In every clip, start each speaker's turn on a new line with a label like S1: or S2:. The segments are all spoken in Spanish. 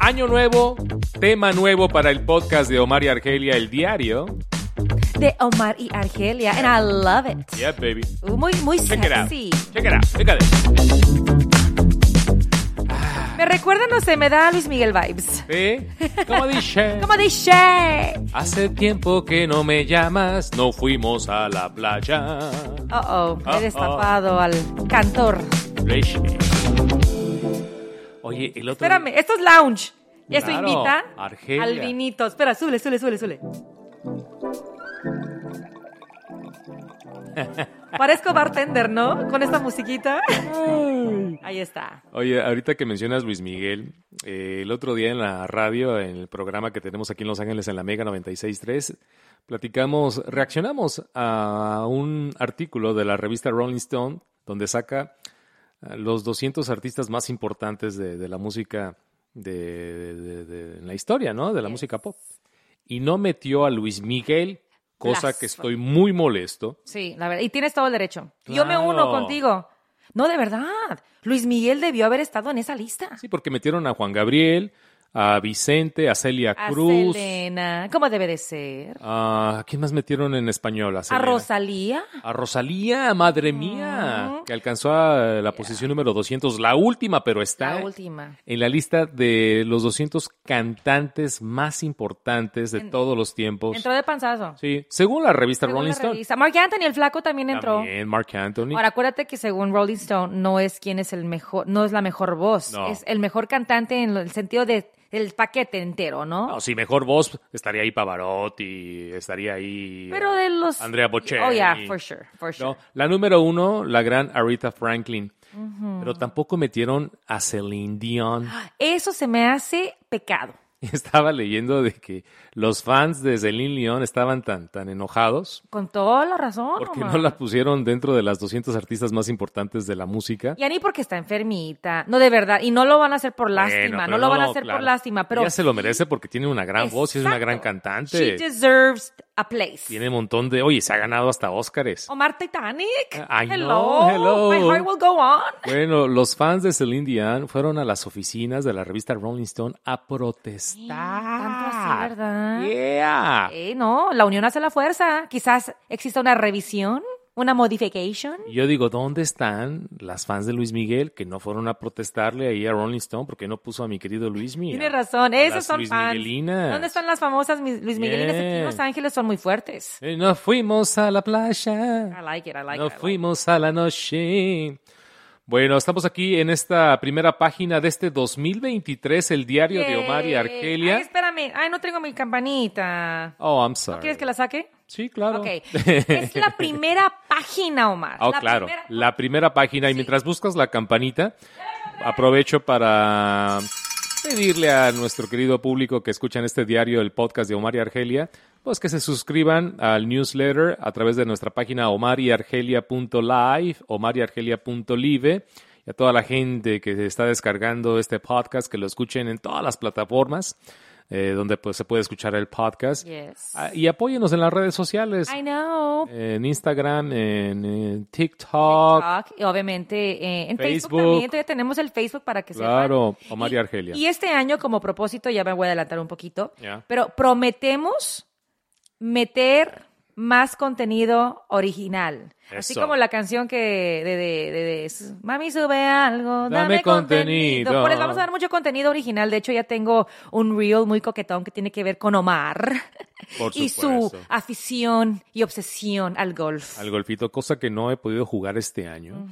S1: Año nuevo, tema nuevo para el podcast de Omar y Argelia, el diario.
S2: De Omar y Argelia, and I love it.
S1: Yeah, baby.
S2: Uh, Muy, muy
S1: Check it out.
S2: sexy.
S1: Check it out. Check it out.
S2: Me recuerda, no sé, me da Luis Miguel vibes.
S1: ¿Sí? Como dice.
S2: Como dice.
S1: Hace tiempo que no me llamas, no fuimos a la playa.
S2: Oh, oh,
S1: Oh, oh.
S2: he destapado al cantor.
S1: Leche. Oye, el otro.
S2: Espérame, esto es lounge. Y esto
S1: Claro,
S2: invita
S1: Argelia.
S2: al vinito. Espera, sube, sube, sube, sube. Parezco bartender, ¿no? Con esta musiquita. Ahí está.
S1: Oye, ahorita que mencionas Luis Miguel, eh, el otro día en la radio, en el programa que tenemos aquí en Los Ángeles en la Mega 96.3, platicamos, reaccionamos a un artículo de la revista Rolling Stone donde saca eh, los 200 artistas más importantes de, de la música de, de- de- de- en la historia, ¿no? De la
S2: Yes.
S1: música pop. Y no metió a Luis Miguel, cosa que
S2: Blasfemo.
S1: estoy muy molesto.
S2: Sí, la verdad. Y tienes todo el derecho. Yo me
S1: Claro.
S2: uno contigo. No, de verdad. Luis Miguel debió haber estado en esa lista.
S1: Sí, porque metieron a Juan Gabriel, a Vicente, a Celia
S2: A
S1: Cruz.
S2: Selena. ¿Cómo debe de ser?
S1: ¿A quién Ah, más metieron en español?
S2: A Mm.
S1: Selena.
S2: Rosalía.
S1: A Rosalía, madre mía, que alcanzó a la posición número 200, la última, pero está
S2: La última.
S1: en la lista de los 200 cantantes más importantes de
S2: En-
S1: todos los tiempos.
S2: Entró de panzazo.
S1: sí, según la revista
S2: Según
S1: Rolling
S2: la
S1: Stone.
S2: revista. Mark Anthony, el flaco, también entró.
S1: También Mark Anthony.
S2: Ahora acuérdate que según Rolling Stone no es quien es el mejor, no es la mejor voz,
S1: No.
S2: es el mejor cantante en lo- el sentido de el paquete entero, ¿no?
S1: No, sí, mejor voz, estaría ahí Pavarotti, estaría ahí
S2: Pero de los
S1: Andrea Bocelli.
S2: Oh yeah, for sure, for sure.
S1: No, la número uno, la gran Aretha Franklin. Pero tampoco metieron a Celine Dion.
S2: Ah. Eso se me hace pecado.
S1: Estaba leyendo de que los fans de Celine Dion estaban tan, tan enojados
S2: Con toda la razón.
S1: porque
S2: Omar.
S1: no la pusieron dentro de las 200 artistas más importantes de la música.
S2: Y a ni porque está enfermita. No, de verdad. Y no lo van a hacer por
S1: Bueno,
S2: lástima.
S1: pero
S2: no lo van a
S1: no,
S2: hacer
S1: claro.
S2: por lástima. Pero
S1: Ella se lo merece porque tiene una gran voz y es una gran
S2: Exacto.
S1: cantante.
S2: She deserves a place.
S1: Tiene un montón de... Oye, se ha ganado hasta Óscares.
S2: Omar Titanic.
S1: I know,
S2: hello.
S1: Ah, hello.
S2: My heart will go on.
S1: Bueno, los fans de Celine Dion fueron a las oficinas de la revista Rolling Stone a protestar.
S2: Tanto así, ¿verdad?
S1: Yeah.
S2: Eh, no, la unión hace la fuerza. Quizás exista una revisión, una modification.
S1: Y Yo digo, ¿dónde están las fans de Luis Miguel que no fueron a protestarle ahí a Rolling Stone porque no puso a mi querido Luis Miguel?
S2: Tiene razón, esos son
S1: Luis
S2: fans.
S1: Miguelinas.
S2: ¿Dónde están las famosas mis- Luis Miguelinas? Aquí en Los
S1: Yeah.
S2: Ángeles son muy fuertes.
S1: Eh, Nos fuimos a la
S2: I
S1: playa.
S2: like it, I like it. I
S1: Nos
S2: like it.
S1: fuimos a la noche. Bueno, estamos aquí en esta primera página de este 2023, el diario de Omar y
S2: Yay.
S1: Argelia.
S2: Ay, espérame. Ay, no tengo mi campanita.
S1: Oh, I'm sorry.
S2: ¿Quieres que la saque?
S1: Sí, claro.
S2: Ok. es la primera página, Omar.
S1: Oh,
S2: la
S1: claro.
S2: primera-
S1: La primera página. Y mientras buscas la campanita, aprovecho para pedirle a nuestro querido público que escucha en este diario el podcast de Omar y Argelia, pues que se suscriban al newsletter a través de nuestra página omariargelia.live, omariargelia.live. Y a toda la gente que se está descargando este podcast, que lo escuchen en todas las plataformas eh, donde pues, se puede escuchar el podcast.
S2: Yes.
S1: Ah, Y apóyenos en las redes sociales
S2: I know.
S1: en Instagram, en, eh, TikTok.
S2: TikTok, y obviamente eh, en Facebook.
S1: Facebook.
S2: también. Todavía tenemos el Facebook para que
S1: Claro,
S2: sepan.
S1: Omar y Argelia.
S2: Y este año, como propósito, ya me voy a adelantar un poquito,
S1: Ya.
S2: pero prometemos meter más contenido original. Así
S1: Eso.
S2: como la canción que de, de- de- de- s- Mami sube algo, dame,
S1: Dame contenido.
S2: contenido. Pues les vamos a dar mucho contenido original. De hecho, ya tengo un reel muy coquetón que tiene que ver con Omar
S1: Por
S2: y su
S1: supuesto.
S2: afición y obsesión al golf.
S1: Al golfito, cosa que no he podido jugar este año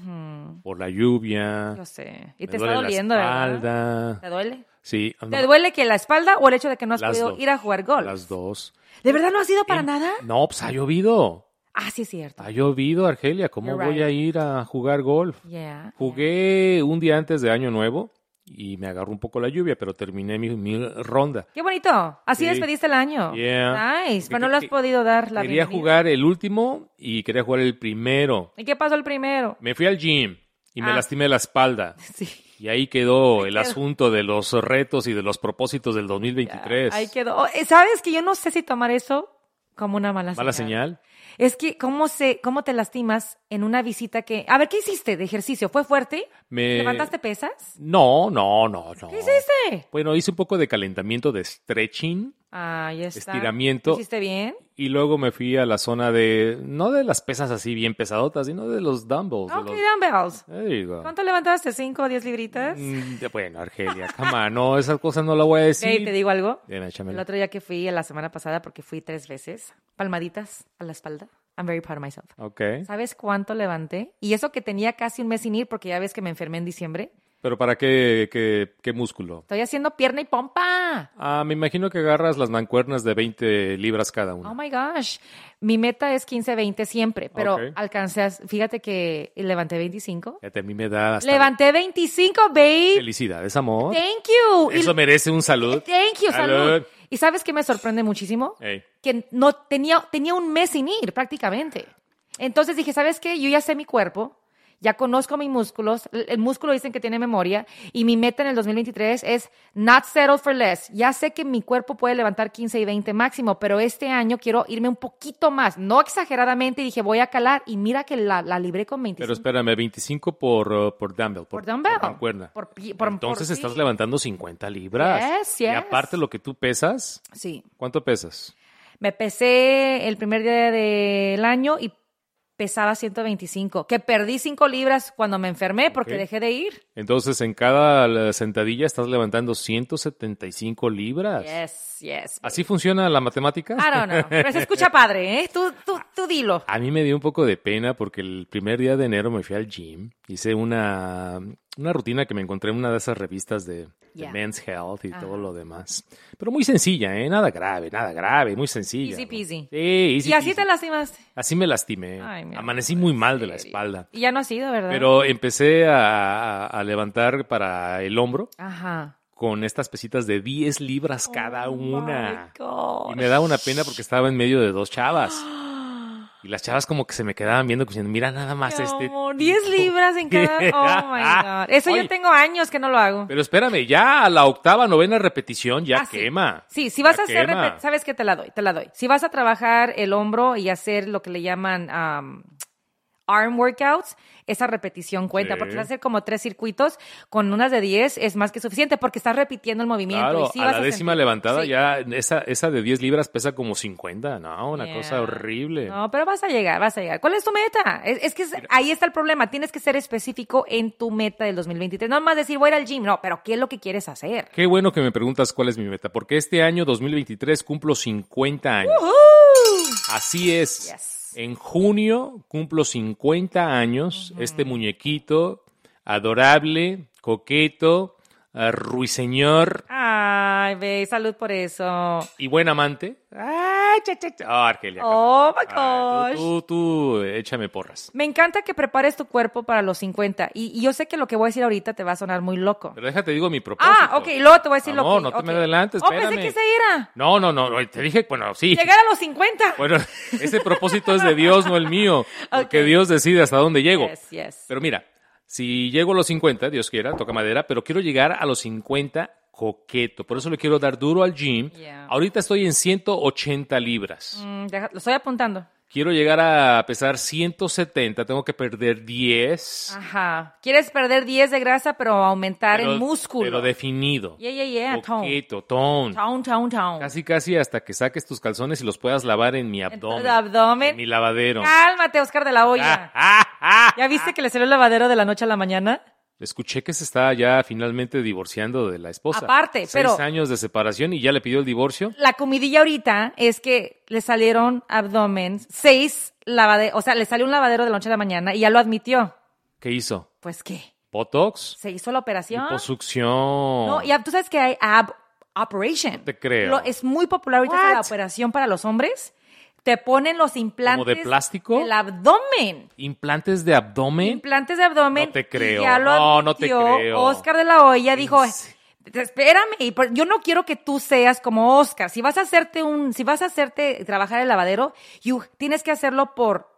S1: por la lluvia.
S2: Yo sé. Y
S1: me
S2: te está
S1: duele la
S2: doliendo, ¿verdad?
S1: espalda.
S2: ¿Te duele?
S1: Sí, no,
S2: ¿Te duele que la espalda o el hecho de que no has
S1: las
S2: podido
S1: dos.
S2: ir a jugar golf?
S1: Las dos.
S2: ¿De verdad no has ido para
S1: En-
S2: nada?
S1: No, pues ha llovido.
S2: Ah, sí es cierto.
S1: Ha llovido, Argelia. ¿Cómo
S2: You're
S1: voy
S2: right.
S1: a ir a jugar golf?
S2: Yeah.
S1: Jugué un día antes de Año Nuevo y me agarró un poco la lluvia, pero terminé mi, mi ronda.
S2: Qué bonito. Así
S1: Sí.
S2: despediste el año.
S1: Yeah.
S2: Nice.
S1: Porque
S2: Pero no le has
S1: que-
S2: podido dar la
S1: quería
S2: bienvenida.
S1: jugar el último y quería jugar el primero.
S2: ¿Y qué pasó el primero?
S1: Me fui al gym y me
S2: Ah.
S1: lastimé la espalda.
S2: Sí.
S1: Y ahí quedó el
S2: quedó.
S1: asunto de los retos y de los propósitos del 2023.
S2: Ahí quedó. Oh, eh, ¿Sabes que yo no sé si tomar eso Como una mala,
S1: Mala señal.
S2: Es que, ¿cómo, se, ¿cómo te lastimas en una visita que... A ver, ¿qué hiciste de ejercicio? ¿Fue fuerte?
S1: Me-
S2: ¿Levantaste pesas?
S1: No, no, no, Eh, no.
S2: ¿Qué hiciste?
S1: Bueno, hice un poco de calentamiento de stretching
S2: Ahí está.
S1: Estiramiento.
S2: ¿Lo ¿Hiciste bien?
S1: y luego me fui a la zona de, no de las pesas así bien pesadotas, sino de los dumbbells. de
S2: Ok,
S1: los-
S2: dumbbells.
S1: There you go.
S2: ¿Cuánto levantaste? ¿Cinco o diez libritas?
S1: Mm, de- bueno, Argelia, cama, no, esas cosas no las voy a decir.
S2: Ey, ¿Te digo algo?
S1: Ven, échamela.
S2: El otro día que fui, la semana pasada, porque fui tres veces, palmaditas a la espalda. I'm very proud of myself.
S1: Ok.
S2: ¿Sabes cuánto levanté? Y eso que tenía casi un mes sin ir, porque ya ves que me enfermé en diciembre.
S1: ¿Pero para qué, qué, qué músculo?
S2: Estoy haciendo pierna y pompa.
S1: Ah, me imagino que agarras las mancuernas de 20 libras cada
S2: Oh
S1: una.
S2: my gosh. Mi meta es 15, 20 siempre, pero
S1: Ok.
S2: alcancé, a- fíjate que levanté 25.
S1: Fíjate, a mí me da hasta
S2: Levanté 25, babe.
S1: felicidades, amor.
S2: Thank you. Y-
S1: Eso merece un salud.
S2: Eh, Thank you, salud.
S1: Salud. Eh.
S2: Y sabes qué me sorprende muchísimo?
S1: Ey.
S2: Que no tenía, tenía un mes sin ir prácticamente. Entonces dije, ¿sabes qué? Yo ya sé mi cuerpo, ya conozco mis músculos, el el músculo dicen que tiene memoria y mi meta en el 2023 es not settle for less. Ya sé que mi cuerpo puede levantar 15 y 20 máximo, pero este año quiero irme un poquito más, no exageradamente. Y dije, voy a calar y mira que la, la libré con 25.
S1: Pero espérame, 25 por, uh, por dumbbell, por,
S2: Por dumbbell.
S1: por mancuerna.
S2: Por pi- por-
S1: Entonces
S2: por
S1: estás
S2: pi-
S1: levantando 50 libras.
S2: Yes, yes.
S1: Y aparte lo que tú pesas,
S2: sí.
S1: ¿cuánto pesas?
S2: Me pesé el primer día del año y pesaba 125, que perdí 5 libras cuando me enfermé porque
S1: Ok.
S2: dejé de ir.
S1: Entonces en cada la, sentadilla estás levantando 175 libras.
S2: Yes, yes.
S1: ¿Así funciona la matemática?
S2: I don't know. Pero se escucha padre, ¿eh? Tú, tú, tú dilo.
S1: A mí me dio un poco de pena porque el primer día de enero me fui al gym. Hice una, una rutina que me encontré en una de esas revistas de, de
S2: Yeah.
S1: Men's Health y
S2: Ajá.
S1: todo lo demás. Pero muy sencilla, ¿eh? Nada grave, nada grave, muy sencilla.
S2: Easy
S1: ¿no?
S2: peasy.
S1: Sí, easy
S2: Y así
S1: peasy.
S2: te lastimaste.
S1: Así me lastimé.
S2: Ay, mi amor,
S1: Amanecí muy mal de la
S2: en serio.
S1: espalda.
S2: Y ya no ha sido, ¿verdad?
S1: Pero empecé a, a- a levantar para el hombro
S2: Ajá.
S1: con estas pesitas de 10 libras cada
S2: Oh my
S1: una.
S2: gosh.
S1: Y me daba una pena porque estaba en medio de dos chavas. Y las chavas como que se me quedaban viendo, como diciendo, mira nada más
S2: Mi
S1: este.
S2: amor,
S1: tipo".
S2: 10 libras en cada... Oh, my God. Eso
S1: Oye,
S2: yo tengo años que no lo hago.
S1: Pero espérame, ya a la octava, novena repetición ya
S2: Ah, sí.
S1: quema.
S2: Sí, si vas
S1: Ya
S2: a hacer,
S1: quema.
S2: repet- sabes que te la doy, te la doy. Si vas a trabajar el hombro y hacer lo que le llaman um, arm workouts, esa repetición cuenta,
S1: Sí.
S2: porque vas a hacer como tres circuitos con unas de 10 es más que suficiente porque estás repitiendo el movimiento. y
S1: Claro,
S2: sí
S1: a
S2: vas
S1: la décima
S2: sentir-
S1: levantada
S2: sí.
S1: ya esa, esa de 10 libras pesa como 50, ¿no? Una
S2: Yeah.
S1: cosa horrible.
S2: No, pero vas a llegar, vas a llegar. ¿Cuál es tu meta? Es, es que es- ahí está el problema. Tienes que ser específico en tu meta del 2023. No más decir voy a ir al gym. No, pero ¿qué es lo que quieres hacer?
S1: Qué bueno que me preguntas cuál es mi meta, porque este año 2023 cumplo 50 años. ¡Uh! Así es.
S2: Yes.
S1: En junio cumplo 50 años. Este muñequito adorable, coqueto, eh, ruiseñor
S2: Ay, ve, salud por eso.
S1: y buen amante. Ah, cha, cha, cha. Ah, Argelia.
S2: Oh, my
S1: Ah,
S2: gosh.
S1: tú, tú, tú, échame porras.
S2: Me encanta que prepares tu cuerpo para los 50. Y, y yo sé que lo que voy a decir ahorita te va a sonar muy loco.
S1: Pero déjate, digo mi propósito.
S2: Ah, ok, luego te voy a decir
S1: Amor,
S2: lo que...
S1: no te me
S2: ok.
S1: adelantes,
S2: Oh, pensé
S1: espérame.
S2: que se era.
S1: No, no, no, no, te dije, bueno, sí.
S2: Llegar a los 50.
S1: Bueno, ese propósito es de Dios, no el mío. Porque
S2: Ok.
S1: Dios decide hasta dónde llego.
S2: Yes, yes.
S1: Pero mira, si llego a los 50, Dios quiera, toca madera, pero quiero llegar a los 50 coqueto. Por eso le quiero dar duro al gym.
S2: Yeah.
S1: Ahorita estoy en 180 libras.
S2: Mm, deja- lo estoy apuntando.
S1: Quiero llegar a pesar 170, tengo que perder 10.
S2: Ah, Ajá. Quieres perder 10 de grasa, pero aumentar
S1: pero-
S2: el músculo.
S1: Pero definido.
S2: Yeah, yeah, yeah. Tone.
S1: Coqueto, tone.
S2: Tone, tone, tone.
S1: Casi, casi hasta que saques tus calzones y los puedas lavar en mi
S2: tu
S1: abdomen.
S2: abdomen.
S1: En mi lavadero.
S2: Cálmate, Oscar de la Hoya.
S1: Ah, ah, ah.
S2: ¿Ya viste que le salió el lavadero de la noche a la mañana?
S1: Escuché que se está ya finalmente divorciando de la esposa.
S2: Aparte,
S1: Seis
S2: pero-
S1: años de separación y ya le pidió el divorcio.
S2: la comidilla ahorita es que le salieron abdomen, seis lavaderos, o sea, le salió un lavadero de la noche a la mañana y ya lo admitió.
S1: ¿Qué hizo?
S2: Pues qué,
S1: ¿Botox?
S2: se hizo la operación.
S1: pues, ¿Liposucción?
S2: No, y ab- tú sabes que hay ab operation.
S1: te creo.
S2: Lo- es muy popular ahorita esa
S1: What?
S2: la operación para los hombres. Te ponen los implantes.
S1: plástico?
S2: El abdomen.
S1: ¿Implantes de abdomen?
S2: Implantes de abdomen.
S1: ¿Eh? No te
S2: y
S1: creo.
S2: ya lo
S1: No, no te
S2: admitió.
S1: creo.
S2: Oscar de la Hoya dijo,
S1: Sí.
S2: espérame, y por- yo no quiero que tú seas como Oscar. Si vas a hacerte un, si vas a hacerte trabajar el lavadero, you- tienes que hacerlo por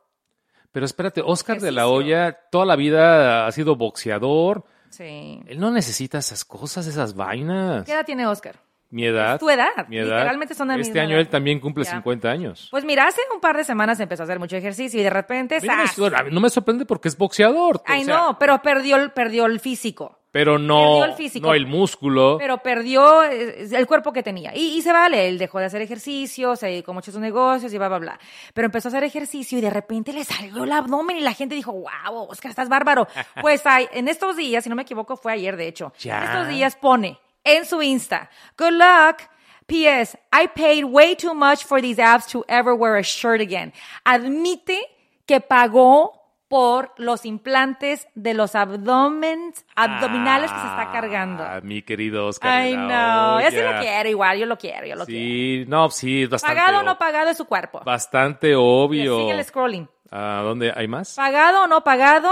S1: Pero espérate, Oscar de la
S2: Ejercicio.
S1: Hoya toda la vida ha sido boxeador.
S2: Sí.
S1: Él no necesita esas cosas, esas vainas.
S2: ¿Qué edad tiene Oscar?
S1: Mi edad.
S2: Es tu edad.
S1: Mi edad.
S2: Literalmente son de la
S1: Este
S2: misma
S1: año
S2: edad.
S1: él también cumple
S2: Ya.
S1: 50 años.
S2: Pues mira, hace un par de semanas empezó a hacer mucho ejercicio y de repente...
S1: A mí no me
S2: ¡zas!
S1: sor- a mí no me sorprende porque es boxeador. o
S2: Ay,
S1: sea,
S2: no, pero perdió, el- perdió el físico.
S1: Pero no
S2: Perdió
S1: no
S2: el
S1: el,
S2: físico.
S1: músculo.
S2: Pero perdió eh, el cuerpo que tenía. Y, y se vale, él dejó de hacer ejercicio, se dedicó mucho a sus negocios y bla, bla, bla. Pero empezó a hacer ejercicio y de repente le salió el abdomen y la gente dijo, wow, Oscar, estás bárbaro. Pues ay, en estos días, si no me equivoco, fue ayer de hecho,
S1: Ya.
S2: en estos días pone en su Insta, good luck. P.S. I paid way too much for these abs to ever wear a shirt again. Admite que pagó por los implantes de los abdomens, abdominales que se está cargando.
S1: Ah, mi querido Oscar.
S2: Ay,
S1: de la
S2: no. Yo sí
S1: Hoya.
S2: lo quiero igual, yo lo quiero, yo lo quiero.
S1: Sí, no, sí, es bastante.
S2: Pagado o
S1: ob-
S2: no pagado es su cuerpo.
S1: Bastante obvio.
S2: Sigue el scrolling.
S1: ¿A dónde hay más?
S2: Pagado o no pagado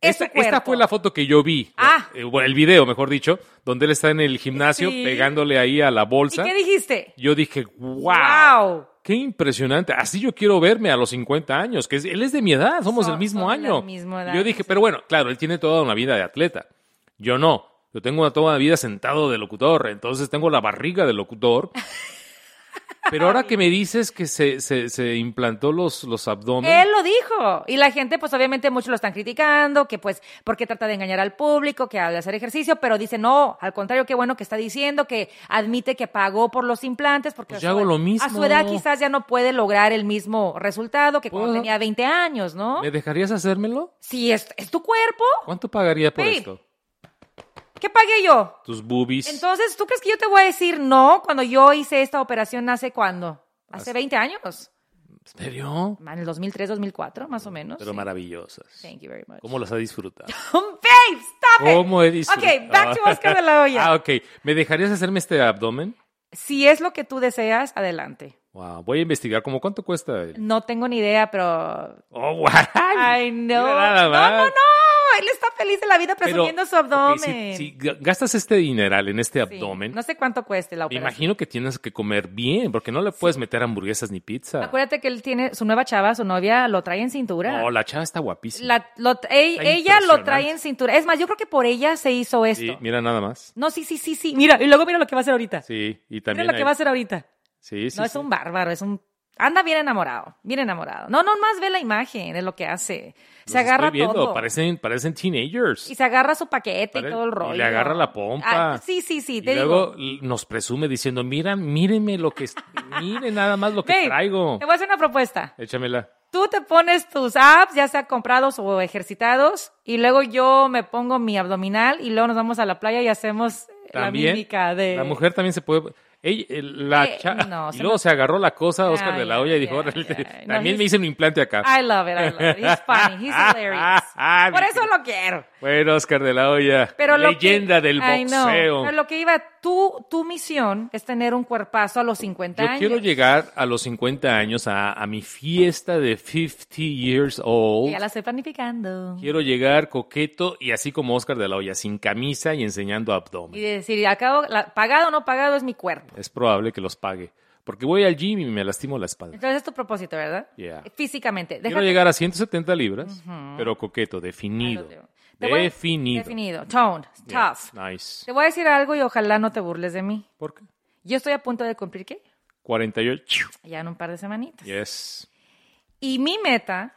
S2: es
S1: Esta,
S2: su cuerpo.
S1: esta fue la foto que yo vi.
S2: Ah.
S1: Eh, bueno, el video, mejor dicho, donde él está en el gimnasio
S2: Sí.
S1: pegándole ahí a la
S2: ¿Y
S1: bolsa.
S2: qué dijiste?
S1: Yo dije, wow, qué impresionante. Así yo quiero verme a los 50 años, que es- él es de mi edad, somos
S2: So-
S1: del mismo
S2: somos
S1: año.
S2: del mismo edad,
S1: yo dije, pero bueno, claro, él tiene toda una vida de atleta. Yo no. Yo tengo una toda una vida sentado de locutor, entonces tengo la barriga de locutor. Pero ahora que me dices que se, se- se implantó los, los abdomen,
S2: Él lo dijo. Y la gente, pues obviamente muchos lo están criticando, que pues, porque trata de engañar al público, que habla de hacer ejercicio, pero dice, no, al contrario, qué bueno que está diciendo, que admite que pagó por los implantes, porque
S1: Pues
S2: a
S1: yo
S2: su- e
S1: hago lo mismo.
S2: a su edad quizás ya no puede lograr el mismo resultado que cuando
S1: Puedo-
S2: tenía 20 años, ¿no?
S1: ¿me dejarías hacérmelo?
S2: Si es, es tu cuerpo,
S1: ¿Cuánto pagaría por
S2: Babe.
S1: esto?
S2: ¿qué pagué yo?
S1: Tus boobies.
S2: Entonces, ¿tú crees que yo te voy a decir no cuando yo hice esta operación hace cuándo? Hace 20 años.
S1: ¿En serio?
S2: En el 2003, 2004, más o menos.
S1: Pero
S2: sí.
S1: maravillosas.
S2: Thank you very much.
S1: ¿Cómo las ha disfrutado?
S2: Babe, stop it.
S1: ¿Cómo he disfrutado?
S2: Ok, back to Oscar de la Hoya.
S1: ah, ok. ¿Me dejarías hacerme este abdomen?
S2: Si es lo que tú deseas, adelante.
S1: Wow, voy a investigar. ¿Cómo cuánto cuesta? el-
S2: No tengo ni idea, pero.
S1: Oh, wow.
S2: Ay, no.
S1: mira nada
S2: No, no,
S1: más.
S2: no. Él está feliz de la vida
S1: Pero,
S2: presumiendo su
S1: ok,
S2: abdomen.
S1: si, si ga- gastas este dineral en este
S2: Sí.
S1: abdomen,
S2: No sé cuánto cueste la
S1: me
S2: operación.
S1: imagino que tienes que comer bien, porque no le puedes meter hamburguesas ni pizza.
S2: Acuérdate que él tiene su nueva chava, su novia, lo trae en cintura.
S1: No, la chava está guapísima.
S2: La- lo- e-
S1: Está
S2: ella lo trae
S1: impresionante.
S2: en cintura. Es más, yo creo que por ella se hizo esto.
S1: Sí, mira nada más.
S2: No, sí, sí, sí, sí. Mira, y luego mira lo que va a hacer ahorita.
S1: Sí, y
S2: mira
S1: también
S2: lo que
S1: hay-
S2: va a hacer ahorita.
S1: Sí, sí,
S2: no, es
S1: sí.
S2: un bárbaro, es un... Anda bien enamorado, bien enamorado. No, no, más ve la imagen, es lo que hace. Se
S1: Los
S2: agarra
S1: estoy viendo,
S2: todo.
S1: Parecen, parecen teenagers.
S2: Y se agarra su paquete y
S1: Pare-
S2: todo el
S1: y
S2: rollo.
S1: le agarra la pompa.
S2: Ah, sí, sí, sí,
S1: Y
S2: te
S1: luego
S2: digo.
S1: l- nos presume diciendo, mira, míreme lo que, es- miren nada más lo que
S2: Babe,
S1: traigo.
S2: Te voy a hacer una propuesta.
S1: Échamela.
S2: Tú te pones tus apps, ya sea comprados o ejercitados, y luego yo me pongo mi abdominal y luego nos vamos a la playa y hacemos la
S1: También,
S2: mímica de...
S1: la mujer también se puede... Ey, el- la
S2: Eh,
S1: cha-
S2: no,
S1: y
S2: se
S1: luego
S2: me-
S1: se agarró la cosa Oscar
S2: Ay,
S1: de la olla y
S2: ay,
S1: dijo,
S2: ay,
S1: "Órale,
S2: ay, no,
S1: también
S2: he's-
S1: me hice un implante acá.
S2: I love it, I love it. He's funny, he's hilarious.
S1: Ah,
S2: Por
S1: mi
S2: eso lo quiero.
S1: Bueno, Oscar de la olla,
S2: Pero lo que-
S1: leyenda del
S2: I know.
S1: boxeo.
S2: Pero lo que iba, tú, tu misión es tener un cuerpazo a los 50
S1: Yo
S2: años.
S1: quiero llegar a los 50 años, a, a mi fiesta de 50 years
S2: Que
S1: old.
S2: Ya la estoy planificando.
S1: Quiero llegar coqueto y así como Oscar de la Hoya, sin camisa y enseñando
S2: Y
S1: abdomen.
S2: decir, acabo, la- pagado o no pagado es mi cuerpo.
S1: Es probable que los pague. Porque voy al gym y me lastimo la espalda.
S2: Entonces es tu propósito, ¿verdad?
S1: Yeah.
S2: Físicamente.
S1: Quiero
S2: Déjate-
S1: llegar a 170 libras, pero coqueto, definido.
S2: Te voy a-
S1: Definido.
S2: Definido. Toned.
S1: Yeah,
S2: Tough.
S1: Nice.
S2: Te voy a decir algo y ojalá no te burles de mí.
S1: ¿Por qué?
S2: Yo estoy a punto de cumplir, ¿qué?
S1: 48.
S2: Ya en un par de semanitas.
S1: Yes.
S2: Y mi meta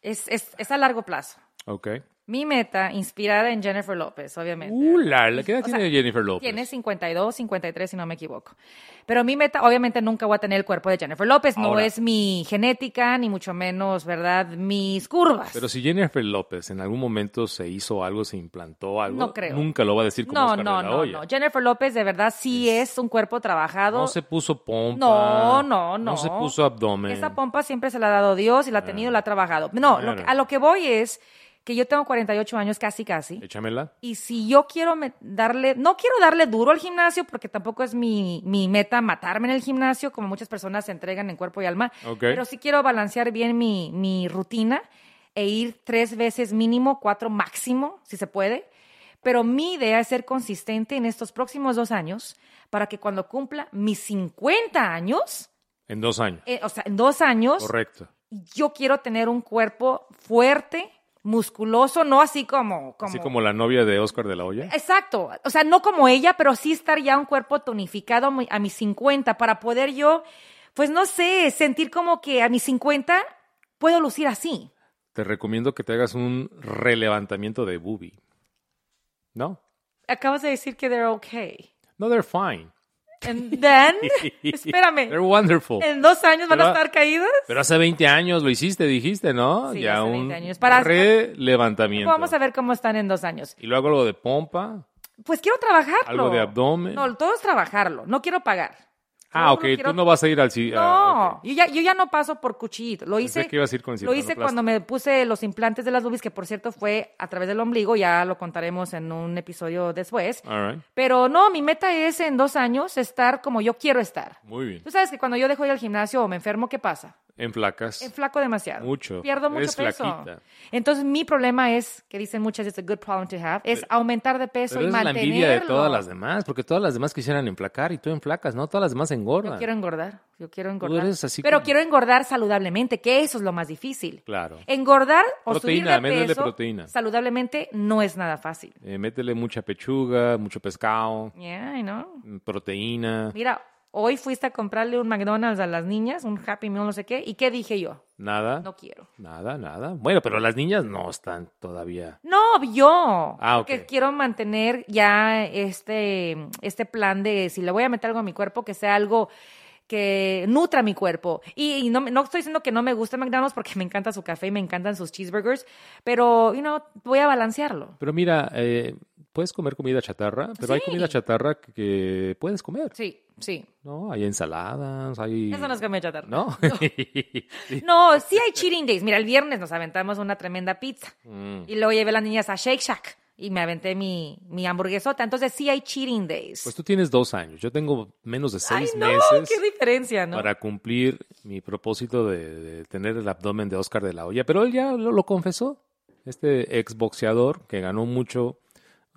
S2: es, es, es a largo plazo.
S1: Ok.
S2: Mi meta, inspirada en Jennifer López, obviamente.
S1: Uh, la, la- ¿Qué edad
S2: O
S1: tiene
S2: sea,
S1: Jennifer López?
S2: Tiene 52, 53, si no me equivoco. Pero mi meta, obviamente, nunca voy a tener el cuerpo de Jennifer López. No
S1: Ahora.
S2: es mi genética, ni mucho menos, ¿verdad? Mis curvas.
S1: Pero si Jennifer López en algún momento se hizo algo, se implantó algo,
S2: No creo.
S1: nunca lo va a decir como
S2: no,
S1: Oscar
S2: no,
S1: de la
S2: no,
S1: Hoya.
S2: no. Jennifer López, de verdad, sí es, un cuerpo trabajado.
S1: No se puso pompa.
S2: No, no, no.
S1: No se puso abdomen.
S2: Esa pompa siempre se la ha dado Dios y la ha tenido, la ha trabajado. No, lo que-
S1: Ah. Claro.
S2: a lo que voy es que yo tengo 48 años casi, casi.
S1: Échamela.
S2: Y si yo quiero me- darle, no quiero darle duro al gimnasio porque tampoco es mi, mi meta matarme en el gimnasio, como muchas personas se entregan en cuerpo y alma,
S1: Ok.
S2: pero sí quiero balancear bien mi, mi rutina e ir tres veces mínimo, cuatro máximo, si se puede. Pero mi idea es ser consistente en estos próximos dos años para que cuando cumpla mis 50 años,
S1: En dos años.
S2: eh, o sea, en dos años,
S1: Correcto.
S2: yo quiero tener un cuerpo fuerte, musculoso, no así como, como...
S1: Así como la novia de Oscar de la Hoya.
S2: Exacto, o sea, no como ella, pero sí estar ya un cuerpo tonificado a mi- a mis 50 para poder yo, pues no sé, sentir como que a mis 50 puedo lucir así.
S1: Te recomiendo que te hagas un relevantamiento de boobie. No,
S2: Acabas de decir que they're okay.
S1: no, they're fine.
S2: And then, espérame,
S1: They're wonderful.
S2: en dos años van a
S1: Pero-
S2: estar caídas.
S1: Pero hace 20 años lo hiciste, dijiste, ¿no?
S2: Sí,
S1: ya
S2: hace
S1: un
S2: 20 años. Para-
S1: relevantamiento.
S2: Vamos a ver cómo están en dos años.
S1: Y luego algo de pompa.
S2: Pues quiero trabajarlo.
S1: Algo de abdomen.
S2: No, todo es trabajarlo. No quiero pagar.
S1: Ah,
S2: No,
S1: ok,
S2: no quiero-
S1: tú no vas a ir al... ci-
S2: No,
S1: ah, ok.
S2: yo, ya, yo ya no paso por cuchillito. Lo
S1: Pensé
S2: hice,
S1: que ibas a ir con
S2: lo hice
S1: circonoplastia.
S2: cuando me puse los implantes de las boobies, que por cierto fue a través del ombligo, ya lo contaremos en un episodio después.
S1: All right.
S2: Pero no, mi meta es en dos años estar como yo quiero estar.
S1: Muy bien.
S2: Tú sabes que cuando yo dejo de ir al gimnasio o me enfermo, ¿qué pasa?
S1: En flacas.
S2: Enflaco demasiado.
S1: Mucho.
S2: Pierdo mucho
S1: Eres
S2: peso.
S1: flaquita.
S2: Entonces, mi problema es, que dicen muchas, it's a good problem to have, es aumentar de peso
S1: Pero
S2: y
S1: es la
S2: mantenerlo.
S1: envidia de todas las demás, porque todas las demás quisieran emplacar y tú enflacas, ¿no? Todas las demás engordan.
S2: Yo quiero engordar, yo quiero engordar.
S1: eres así
S2: pero
S1: como-
S2: quiero engordar saludablemente, que eso es lo más difícil.
S1: Claro.
S2: Engordar o
S1: Proteína,
S2: subir de
S1: métele
S2: peso
S1: proteína.
S2: saludablemente no es nada fácil.
S1: Eh, métele mucha pechuga, mucho pescado,
S2: Yeah, I know.
S1: mm, proteína,
S2: Mira, hoy fuiste a comprarle un McDonald's a las niñas, un Happy Meal, no sé qué, ¿y qué dije yo?
S1: nada.
S2: No quiero.
S1: Nada, nada. Bueno, pero las niñas no están todavía.
S2: No, yo.
S1: Ah, ok.
S2: Porque quiero mantener ya este, este plan de si le voy a meter algo a mi cuerpo, que sea algo que nutra mi cuerpo. Y, y no, me- no estoy diciendo que no me gusta McDonald's porque me encanta su café y me encantan sus cheeseburgers, pero, you know, voy a balancearlo.
S1: Pero mira, eh, puedes comer comida chatarra, pero hay
S2: Sí.
S1: comida chatarra que, que puedes comer,
S2: Sí, sí.
S1: ¿no? Hay ensaladas, hay...
S2: Eso no es comida chatarra.
S1: ¿No?
S2: No, sí hay cheating days. Mira, el viernes nos aventamos una tremenda pizza.
S1: Mm.
S2: Y luego llevé a las niñas a Shake Shack y me aventé mi, mi hamburguesota. Entonces sí hay cheating days.
S1: Pues tú tienes dos años, yo tengo menos de
S2: Ay,
S1: seis
S2: no,
S1: meses.
S2: qué diferencia, ¿no?
S1: para cumplir mi propósito de, de tener el abdomen de Oscar de la Hoya. Pero él ya lo, lo confesó, este exboxeador que ganó mucho,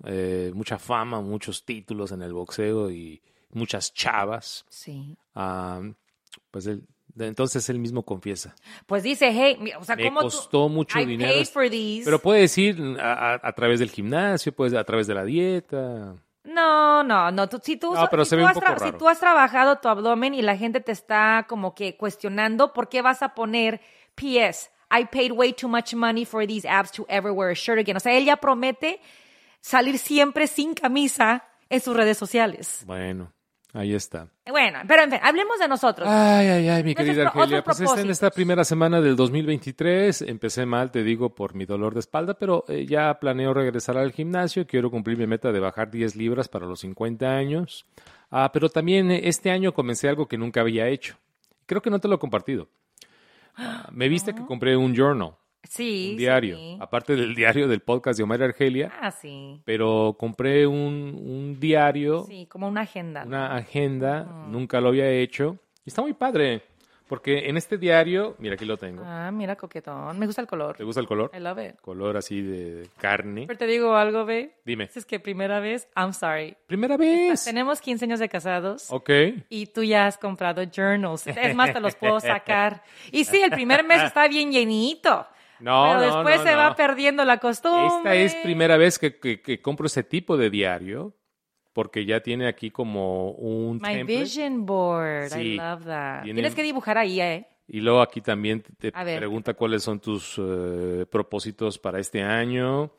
S1: eh, mucha fama, muchos títulos en el boxeo y muchas chavas.
S2: Sí.
S1: Ah, pues él, de- entonces él mismo confiesa.
S2: Pues dice, hey, mi- o sea,
S1: Me
S2: ¿cómo tú-
S1: costó mucho
S2: I
S1: dinero.
S2: paid for these.
S1: Pero puede decir a, a- a través del gimnasio, pues a través de la dieta.
S2: No, no, no. Tú, si tú,
S1: No, pero
S2: si,
S1: se ve
S2: tú
S1: un
S2: has
S1: poco
S2: tra-
S1: raro.
S2: si tú has trabajado tu abdomen y la gente te está como que cuestionando, ¿por qué vas a poner PS? I paid way too much money for these abs to ever wear a shirt again. O sea, él ya promete salir siempre sin camisa en sus redes sociales.
S1: Bueno, ahí está.
S2: Bueno, pero en fin, hablemos de nosotros.
S1: Ay, ay, ay, mi
S2: Nuestros
S1: querida
S2: pro- otros
S1: Argelia. Pues esta en
S2: propósitos.
S1: esta primera semana del 2023 empecé mal, te digo, por mi dolor de espalda, pero eh, ya planeo regresar al gimnasio. Quiero cumplir mi meta de bajar 10 libras para los 50 años. Ah, pero también eh, este año comencé algo que nunca había hecho. Creo que no te lo he compartido. Ah, me viste que compré un journal,
S2: sí.
S1: un diario,
S2: sí.
S1: aparte del diario del podcast de Omar y Argelia,
S2: Ah, sí.
S1: pero compré un, un diario
S2: Sí, como una agenda.
S1: una agenda, nunca lo había hecho. Y está muy padre, porque en este diario, mira, aquí lo tengo.
S2: Ah, mira, coquetón. Me gusta el color.
S1: ¿Te gusta el color?
S2: I love it.
S1: Color así de carne.
S2: Pero te digo algo, ve.
S1: Dime.
S2: Es que primera vez, I'm sorry.
S1: Primera vez.
S2: Tenemos 15 años de casados
S1: Ok.
S2: y tú ya has comprado journals. Es más, te los puedo sacar. Y sí, el primer mes está bien llenito.
S1: No,
S2: pero
S1: no,
S2: después
S1: no,
S2: se
S1: no.
S2: va perdiendo la costumbre.
S1: Esta es primera vez que, que- que compro ese tipo de diario, porque ya tiene aquí como un
S2: My
S1: template.
S2: vision board.
S1: Sí.
S2: I love that.
S1: Tiene-
S2: Tienes que dibujar ahí, ¿eh?
S1: Y luego aquí también te te
S2: A ver.
S1: pregunta cuáles son tus eh, propósitos para este año.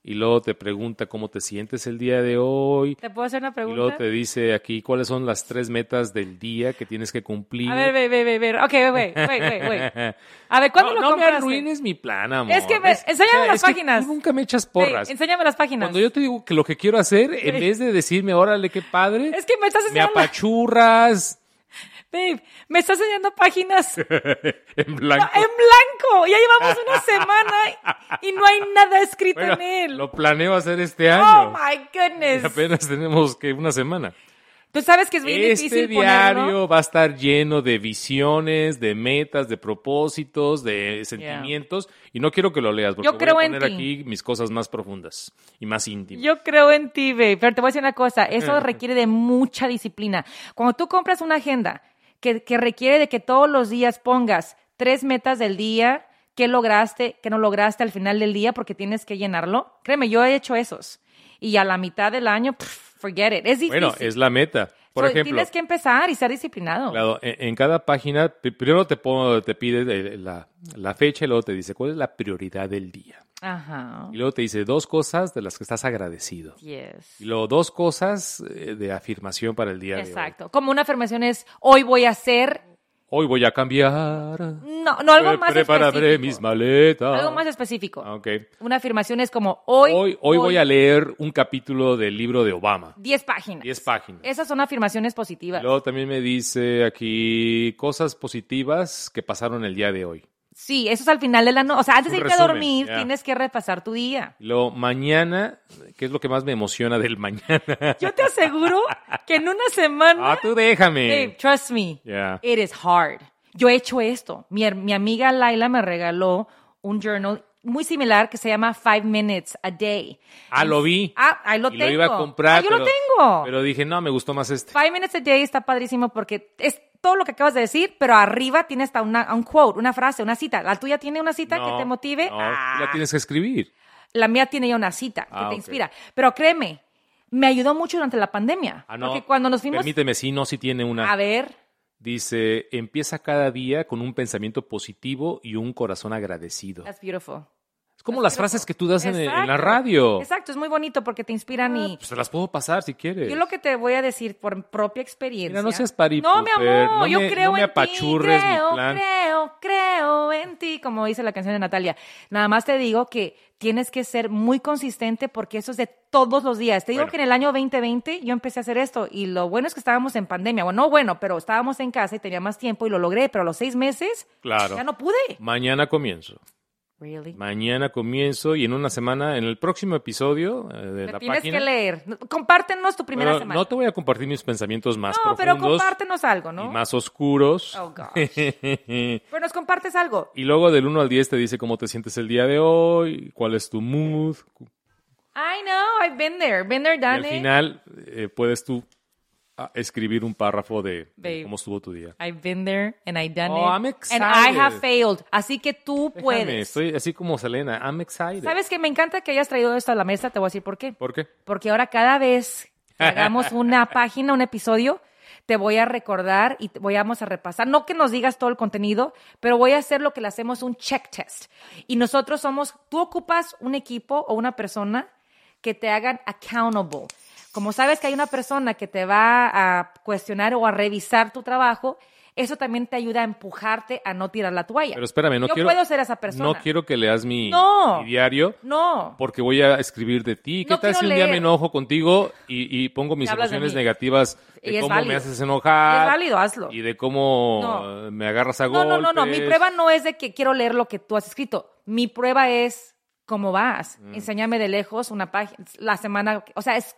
S1: Y luego te pregunta cómo te sientes el día de hoy.
S2: ¿Te puedo hacer una
S1: Y luego
S2: pregunta?
S1: te dice aquí cuáles son las tres metas del día que tienes que cumplir.
S2: A ver, ve, ve, ve, ve. Ok, ve, ve, ve, ve, ve. A ver, ¿cuándo
S1: no,
S2: lo
S1: no me
S2: compraste?
S1: arruines mi plan, amor.
S2: Es que me- enséñame las
S1: es que
S2: páginas.
S1: tú nunca me echas
S2: Ve,
S1: porras.
S2: enséñame las páginas.
S1: Cuando yo te digo que lo que quiero hacer, en
S2: Sí.
S1: vez de decirme, órale, qué padre,
S2: Es que me estás
S1: me
S2: enseñando,
S1: apachurras
S2: babe, me estás enseñando páginas
S1: en blanco.
S2: en blanco. Ya llevamos una semana y no hay nada escrito
S1: Bueno,
S2: en él.
S1: Lo planeo hacer este
S2: Oh
S1: año.
S2: my
S1: Y
S2: goodness.
S1: apenas tenemos que una semana.
S2: Tú sabes que es bien
S1: Este
S2: difícil
S1: diario
S2: ponerlo.
S1: va a estar lleno de visiones, de metas, de propósitos, de sentimientos. Y no quiero que lo leas porque
S2: Yo
S1: voy
S2: creo
S1: a
S2: en
S1: poner
S2: ti.
S1: aquí mis cosas más profundas y más íntimas.
S2: Yo creo en ti, babe, pero te voy a decir una cosa, eso requiere de mucha disciplina. Cuando tú compras una agenda que, que requiere de que todos los días pongas tres metas del día, qué lograste, qué no lograste al final del día porque tienes que llenarlo. Créeme, yo he hecho esos. Y a la mitad del año, pff, forget it. Es difícil.
S1: Bueno, es la meta. Por
S2: So,
S1: ejemplo,
S2: Tienes que empezar y ser disciplinado.
S1: Claro, en, en cada página, pri- primero te, pone- te pide eh, la, la fecha y luego te dice cuál es la prioridad del día.
S2: Ajá.
S1: Y luego te dice dos cosas de las que estás agradecido.
S2: Yes.
S1: Y luego dos cosas eh, de afirmación para el día
S2: Exacto. Como una afirmación es, hoy voy a hacer...
S1: de hoy. Hoy voy a cambiar.
S2: No, no algo
S1: Eh,
S2: más
S1: Prepararé
S2: específico.
S1: mis maletas.
S2: Algo más específico.
S1: Ah, ok.
S2: Una afirmación es como, hoy...
S1: Hoy, hoy, voy a leer un capítulo del libro de Obama.
S2: 10 páginas.
S1: Diez páginas.
S2: Esas son afirmaciones positivas.
S1: Luego también me dice aquí cosas positivas que pasaron el día de hoy.
S2: Sí, eso es al final de la noche. O sea, antes de
S1: Un
S2: irte a
S1: resumen,
S2: dormir,
S1: ya.
S2: tienes que repasar tu día.
S1: Y luego mañana, ¿qué es lo que más me emociona del mañana?
S2: Yo te aseguro que en una semana...
S1: Ah, tú déjame.
S2: Babe, trust me,
S1: Yeah.
S2: it is hard. Yo he hecho esto. Mi, her- mi amiga Laila me regaló un journal muy similar que se llama Five Minutes a Day.
S1: Ah, lo vi.
S2: Ah, ahí lo
S1: y
S2: tengo.
S1: lo iba a comprar.
S2: Ah, yo
S1: pero,
S2: lo tengo.
S1: Pero dije, no, me gustó más este.
S2: Five Minutes a Day está padrísimo porque es todo lo que acabas de decir, pero arriba tiene hasta una, un quote, una frase, una cita. ¿La tuya tiene una cita
S1: No,
S2: que te motive?
S1: no, tú
S2: Ah.
S1: la tienes que escribir.
S2: La mía tiene ya una cita que
S1: Ah,
S2: te
S1: ok.
S2: inspira. Pero créeme, me ayudó mucho durante la pandemia.
S1: Ah, no.
S2: Porque cuando nos fuimos
S1: Permíteme, sí, no, sí tiene una.
S2: a ver,
S1: Dice, empieza cada día con un pensamiento positivo y un corazón agradecido.
S2: that's beautiful.
S1: es como las
S2: pero-
S1: frases que tú das en, en la
S2: Exacto.
S1: radio.
S2: Exacto, es muy bonito porque te inspiran
S1: Ah,
S2: y...
S1: pues te las puedo pasar si quieres.
S2: Yo lo que te voy a decir por propia experiencia.
S1: Mira, no seas paripúper,
S2: No, mi amor,
S1: no
S2: yo
S1: me-
S2: creo
S1: no me
S2: en ti.
S1: apachurres mi
S2: creo,
S1: plan.
S2: creo, creo en ti, como dice la canción de Natalia. Nada más te digo que tienes que ser muy consistente porque eso es de todos los días. Te digo
S1: Bueno.
S2: que en el año 2020 yo empecé a hacer esto y lo bueno es que estábamos en pandemia. Bueno, no bueno, pero estábamos en casa y tenía más tiempo y lo logré, pero a los seis meses
S1: Claro.
S2: ya no pude.
S1: Mañana comienzo.
S2: Really?
S1: Mañana comienzo y en una semana, en el próximo episodio eh, de
S2: Me
S1: la
S2: tienes
S1: página.
S2: que leer. Compártenos tu primera
S1: Bueno,
S2: semana.
S1: no te voy a compartir mis pensamientos más
S2: No, pero
S1: profundos
S2: compártenos algo, ¿no?
S1: y más oscuros.
S2: Oh, gosh. Pero nos compartes algo.
S1: Y luego del 1 al 10 te dice cómo te sientes el día de hoy, cuál es tu mood.
S2: I know, I've been there, been there,
S1: Y
S2: done
S1: al
S2: it.
S1: final eh, puedes tú ah, escribir un párrafo de, de
S2: Babe.
S1: cómo estuvo tu día.
S2: I've been there and I've done
S1: Oh,
S2: it.
S1: I'm
S2: And I
S1: excited.
S2: have failed. Así que tú
S1: Déjame,
S2: puedes.
S1: estoy así como Selena, I'm excited.
S2: Sabes que me encanta que hayas traído esto a la mesa, te voy a decir por qué.
S1: ¿Por qué?
S2: Porque ahora cada vez que hagamos una página, un episodio, te voy a recordar y te- voy- vamos a repasar. No que nos digas todo el contenido, pero voy a hacer lo que le hacemos un check test. Y nosotros somos, tú ocupas un equipo o una persona que te hagan accountable. Como sabes que hay una persona que te va a cuestionar o a revisar tu trabajo, eso también te ayuda a empujarte a no tirar la toalla.
S1: Pero espérame, no
S2: Yo
S1: quiero.
S2: puedo ser esa persona.
S1: No quiero que leas mi,
S2: No.
S1: mi diario.
S2: No.
S1: Porque voy a escribir de ti. ¿Qué
S2: No
S1: tal si
S2: quiero
S1: un día
S2: leer.
S1: me enojo contigo y, y pongo mis
S2: hablas de
S1: emociones
S2: mí.
S1: negativas
S2: Y
S1: de
S2: es
S1: cómo me
S2: válido.
S1: haces enojar?
S2: Es válido, hazlo.
S1: Y de cómo
S2: No.
S1: eh, me agarras a
S2: No,
S1: golpes.
S2: no, no, no. Mi prueba no es de que quiero leer lo que tú has escrito. Mi prueba es cómo vas.
S1: Mm.
S2: Enséñame de lejos una página, la semana. O sea, es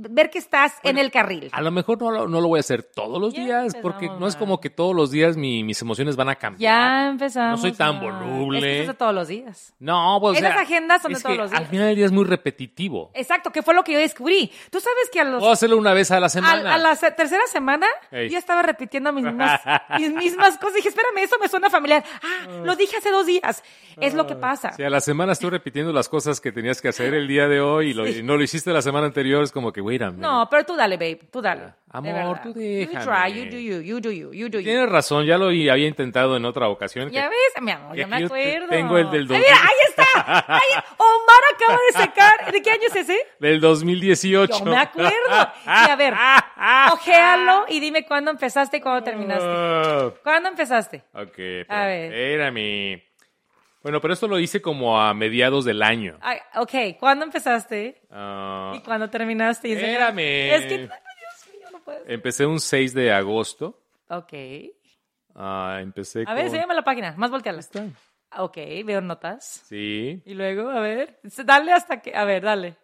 S2: ver que estás en el carril.
S1: A lo mejor no lo, no lo voy a hacer todos los
S2: Ya
S1: días, porque
S2: empezamos
S1: no es
S2: mal.
S1: como que todos los días mi- mis emociones van a cambiar.
S2: Ya empezamos.
S1: No soy tan
S2: ah.
S1: voluble.
S2: Es que eso es todos los días.
S1: No, pues. o
S2: Esas
S1: sea,
S2: agendas son de
S1: es
S2: todos
S1: que
S2: los días.
S1: Al final del día es muy repetitivo.
S2: Exacto, que fue lo que yo descubrí. Tú sabes que a los
S1: Puedo hacerlo una vez a la
S2: A,
S1: semana.
S2: a la se- tercera semana
S1: Ey.
S2: yo estaba repitiendo mis, mismas- mis mismas cosas. Dije, espérame, eso me suena familiar. Ah, lo dije hace dos días. Es lo que
S1: Ah,
S2: pasa.
S1: Si a la semana estoy repitiendo las cosas que tenías que hacer el día de hoy y, lo- y no lo hiciste la semana anterior, es como que, wait a minute.
S2: No, pero tú dale, babe, tú dale. de
S1: Amor,
S2: verdad.
S1: tú
S2: You try, you
S1: déjame.
S2: do you, you do you, you do you.
S1: Tienes razón, ya lo hi- había intentado en otra ocasión. que-
S2: Ya ves, mi amor,
S1: que
S2: ya me
S1: aquí yo te-
S2: acuerdo.
S1: tengo el del
S2: Ay, mira, ahí está. Ahí, Omar acaba de sacar. ¿De qué año es ese?
S1: Del 2018.
S2: Yo me acuerdo. Y a ver, ojéalo y dime cuándo empezaste y cuándo terminaste.
S1: Ah,
S2: ¿Cuándo empezaste?
S1: ok,
S2: A
S1: espérame.
S2: ver.
S1: espérame. Bueno, pero esto lo hice como a mediados del año.
S2: Ay, ok, ¿cuándo empezaste? Ah.
S1: Ah,
S2: ¿Y cuándo terminaste? Y enseña-
S1: Espérame.
S2: Es que, ay, Dios mío, no puedes.
S1: empecé un 6 de agosto.
S2: Ok.
S1: Ah, empecé
S2: A ver,
S1: con-
S2: enséñame la página, más volteala.
S1: Está.
S2: Ok, veo notas.
S1: Sí.
S2: Y luego, a ver, se- dale hasta que, a ver, dale.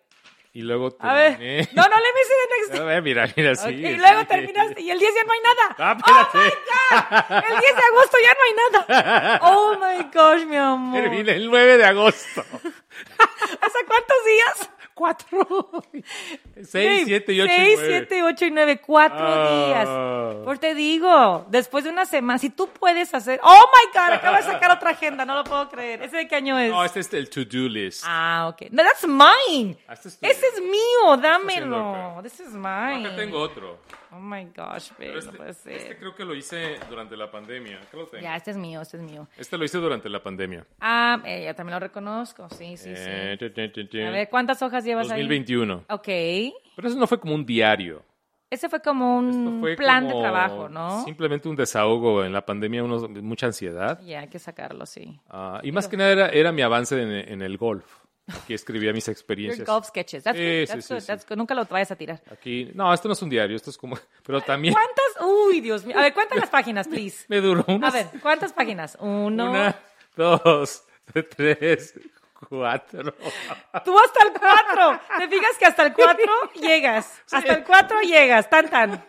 S1: Y luego
S2: A ver,
S1: terminé.
S2: no, no le me hice de
S1: A
S2: next.
S1: ver, eh, mira, mira, sí.
S2: Ok, y
S1: sí.
S2: luego terminaste y el 10 ya no hay nada.
S1: Ah, espérate.
S2: Oh my god. El 10 de agosto ya no hay nada. Oh my gosh, mi amor.
S1: Terminé el 9 de agosto.
S2: ¿Hace cuántos días?
S1: Cuatro. 6,
S2: Babe,
S1: 7 y 8
S2: seis, siete, ocho y nueve. Cuatro
S1: Ah.
S2: días. Por te digo, después de una semana, si tú puedes hacer... ¡Oh, my God! Acaba de sacar otra agenda. No lo puedo creer. ¿Ese de qué año es?
S1: No, este es el to-do list.
S2: Ah, ok. No, that's mine.
S1: Ah, este es tuyo.
S2: Ese es mío.
S1: loca.
S2: Dámelo. This is mine.
S1: Acá tengo otro.
S2: Oh, my gosh, babe.
S1: Pero
S2: no puede
S1: este,
S2: ser.
S1: este creo que lo hice durante la pandemia. Acá lo tengo.
S2: Ya, este es mío, este es mío.
S1: Este lo hice durante la pandemia.
S2: Ah, eh, ya también lo reconozco. Sí, sí, sí.
S1: Eh, tin, tin, tin, tin.
S2: A ver, ¿cuántas hojas llevas ahí?
S1: 2021.
S2: Ok.
S1: Pero eso no fue como un diario.
S2: Ese fue como
S1: Esto
S2: un
S1: fue
S2: plan
S1: como
S2: de trabajo, ¿no?
S1: Simplemente un desahogo. En la pandemia uno, mucha ansiedad.
S2: Ya, hay que sacarlo, sí.
S1: Ah, y más que nada era, era mi avance en, en el golf. Aquí escribía mis
S2: Your
S1: experiencias.
S2: golf sketches. That's
S1: Sí,
S2: good,
S1: sí,
S2: that's
S1: sí,
S2: good,
S1: sí.
S2: that's good. Nunca lo vayas a tirar.
S1: Aquí, no, esto no es un diario, esto es como... Pero también
S2: ¿Cuántas? Uy, Dios mío. A ver, cuentan las páginas, please.
S1: me duró
S2: A
S1: unas-
S2: ver, ¿cuántas páginas? Uno.
S1: una, dos, tres, cuatro.
S2: Tú hasta el cuatro. ¿Te fijas que hasta el cuatro llegas? Hasta el cuatro llegas. Tan, tan.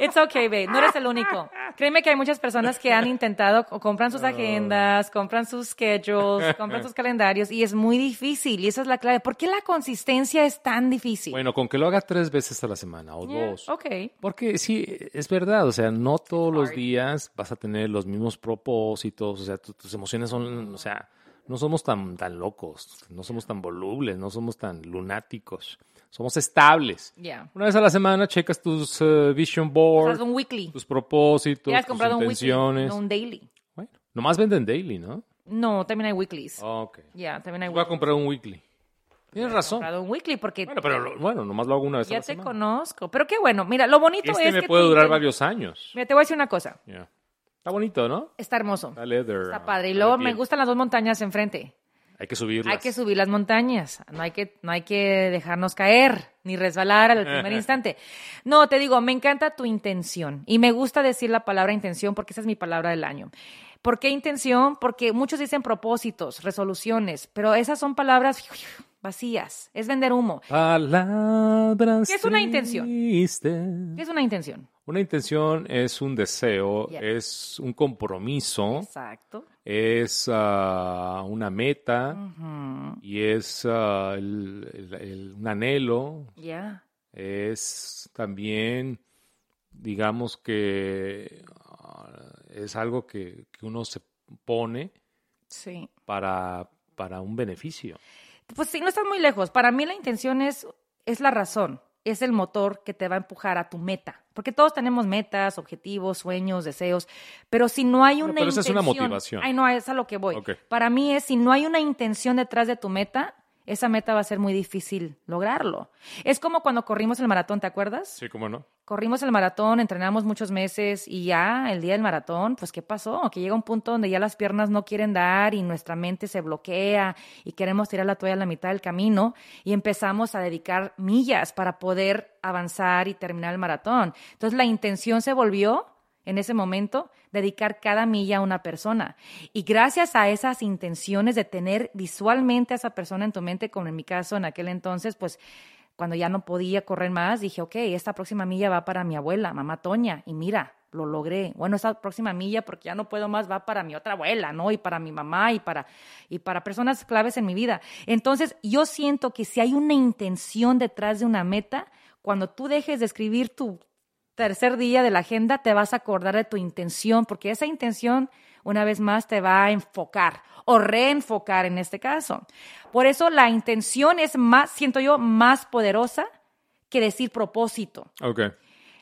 S2: It's okay, babe. No eres el único. Créeme que hay muchas personas que han intentado, o compran sus agendas, compran sus schedules, compran sus calendarios, y es muy difícil. Y esa es la clave. ¿Por qué la consistencia es tan difícil?
S1: Bueno, con que lo haga tres veces a la semana o
S2: Yeah,
S1: dos.
S2: ok.
S1: Porque sí, es verdad, o sea, no todos los días vas a tener los mismos propósitos, o sea, tu- tus emociones son, o sea, no somos tan, tan locos, no somos tan volubles, no somos tan lunáticos, somos estables.
S2: Ya.
S1: Una vez a la semana checas tus eh, vision
S2: O sea, es
S1: boards,
S2: un weekly.
S1: tus propósitos,
S2: Ya has
S1: tus
S2: comprado un weekly,
S1: intenciones.
S2: no un daily.
S1: Bueno, nomás venden daily, ¿no?
S2: No, también hay weeklies.
S1: Ah, ok.
S2: Ya, también hay
S1: Voy a
S2: weeklies.
S1: comprar un weekly. Tienes
S2: He
S1: razón.
S2: comprado un weekly porque
S1: Bueno, pero lo- bueno, nomás lo hago una vez Pues a
S2: ya
S1: la
S2: te
S1: semana.
S2: conozco. Pero qué bueno. Mira, lo bonito
S1: Este
S2: es
S1: me
S2: que
S1: puede
S2: tú
S1: durar
S2: inten-
S1: varios años.
S2: Mira, te voy a decir una cosa.
S1: Ya. Está bonito, ¿no?
S2: Está hermoso.
S1: Está leather.
S2: Está padre. Y
S1: está
S2: luego
S1: de piel.
S2: me gustan las dos montañas enfrente.
S1: Hay que subirlas.
S2: Hay que subir las montañas. No hay que, no hay que dejarnos caer ni resbalar al primer instante. No, te digo, me encanta tu intención. Y me gusta decir la palabra intención porque esa es mi palabra del año. ¿Por qué intención? Porque muchos dicen propósitos, resoluciones, pero esas son palabras vacías. Es vender humo.
S1: Palabras.
S2: ¿Qué es una intención?
S1: tristes.
S2: ¿Qué es una intención?
S1: Una intención es un deseo,
S2: Yeah.
S1: es un compromiso,
S2: Exacto.
S1: es ah, una meta
S2: Mm.
S1: y es ah, el- el- el- un anhelo,
S2: Ya.
S1: es también, digamos que ah, es algo que, que uno se pone
S2: Sí.
S1: para, para un beneficio.
S2: Pues sí, no estás muy lejos. Para mí la intención es, es la razón, es el motor que te va a empujar a tu meta. Porque todos tenemos metas, objetivos, sueños, deseos, pero si no hay
S1: No,
S2: una
S1: pero esa es una
S2: intención-
S1: motivación.
S2: Ay, no, es a lo que voy.
S1: Ok.
S2: Para mí es si no hay una intención detrás de tu meta, esa meta va a ser muy difícil lograrlo. Es como cuando corrimos el maratón, ¿te acuerdas?
S1: Sí, cómo no.
S2: corrimos el maratón, entrenamos muchos meses y ya el día del maratón, pues ¿qué pasó? Que llega un punto donde ya las piernas no quieren dar y nuestra mente se bloquea y queremos tirar la toalla a la mitad del camino y empezamos a dedicar millas para poder avanzar y terminar el maratón. Entonces la intención se volvió en ese momento dedicar cada milla a una persona. Y gracias a esas intenciones de tener visualmente a esa persona en tu mente, como en mi caso en aquel entonces, pues cuando ya no podía correr más, dije, ok, esta próxima milla va para mi abuela, mamá Toña, y mira, lo logré. Bueno, esta próxima milla, porque ya no puedo más, va para mi otra abuela, ¿no? Y para mi mamá y para, y para personas claves en mi vida. Entonces, yo siento que si hay una intención detrás de una meta, cuando tú dejes de escribir tu tercer día de la agenda, te vas a acordar de tu intención, porque esa intención, una vez más, te va a enfocar o reenfocar en este caso. Por eso la intención es más, siento yo, más poderosa que decir propósito.
S1: Ok.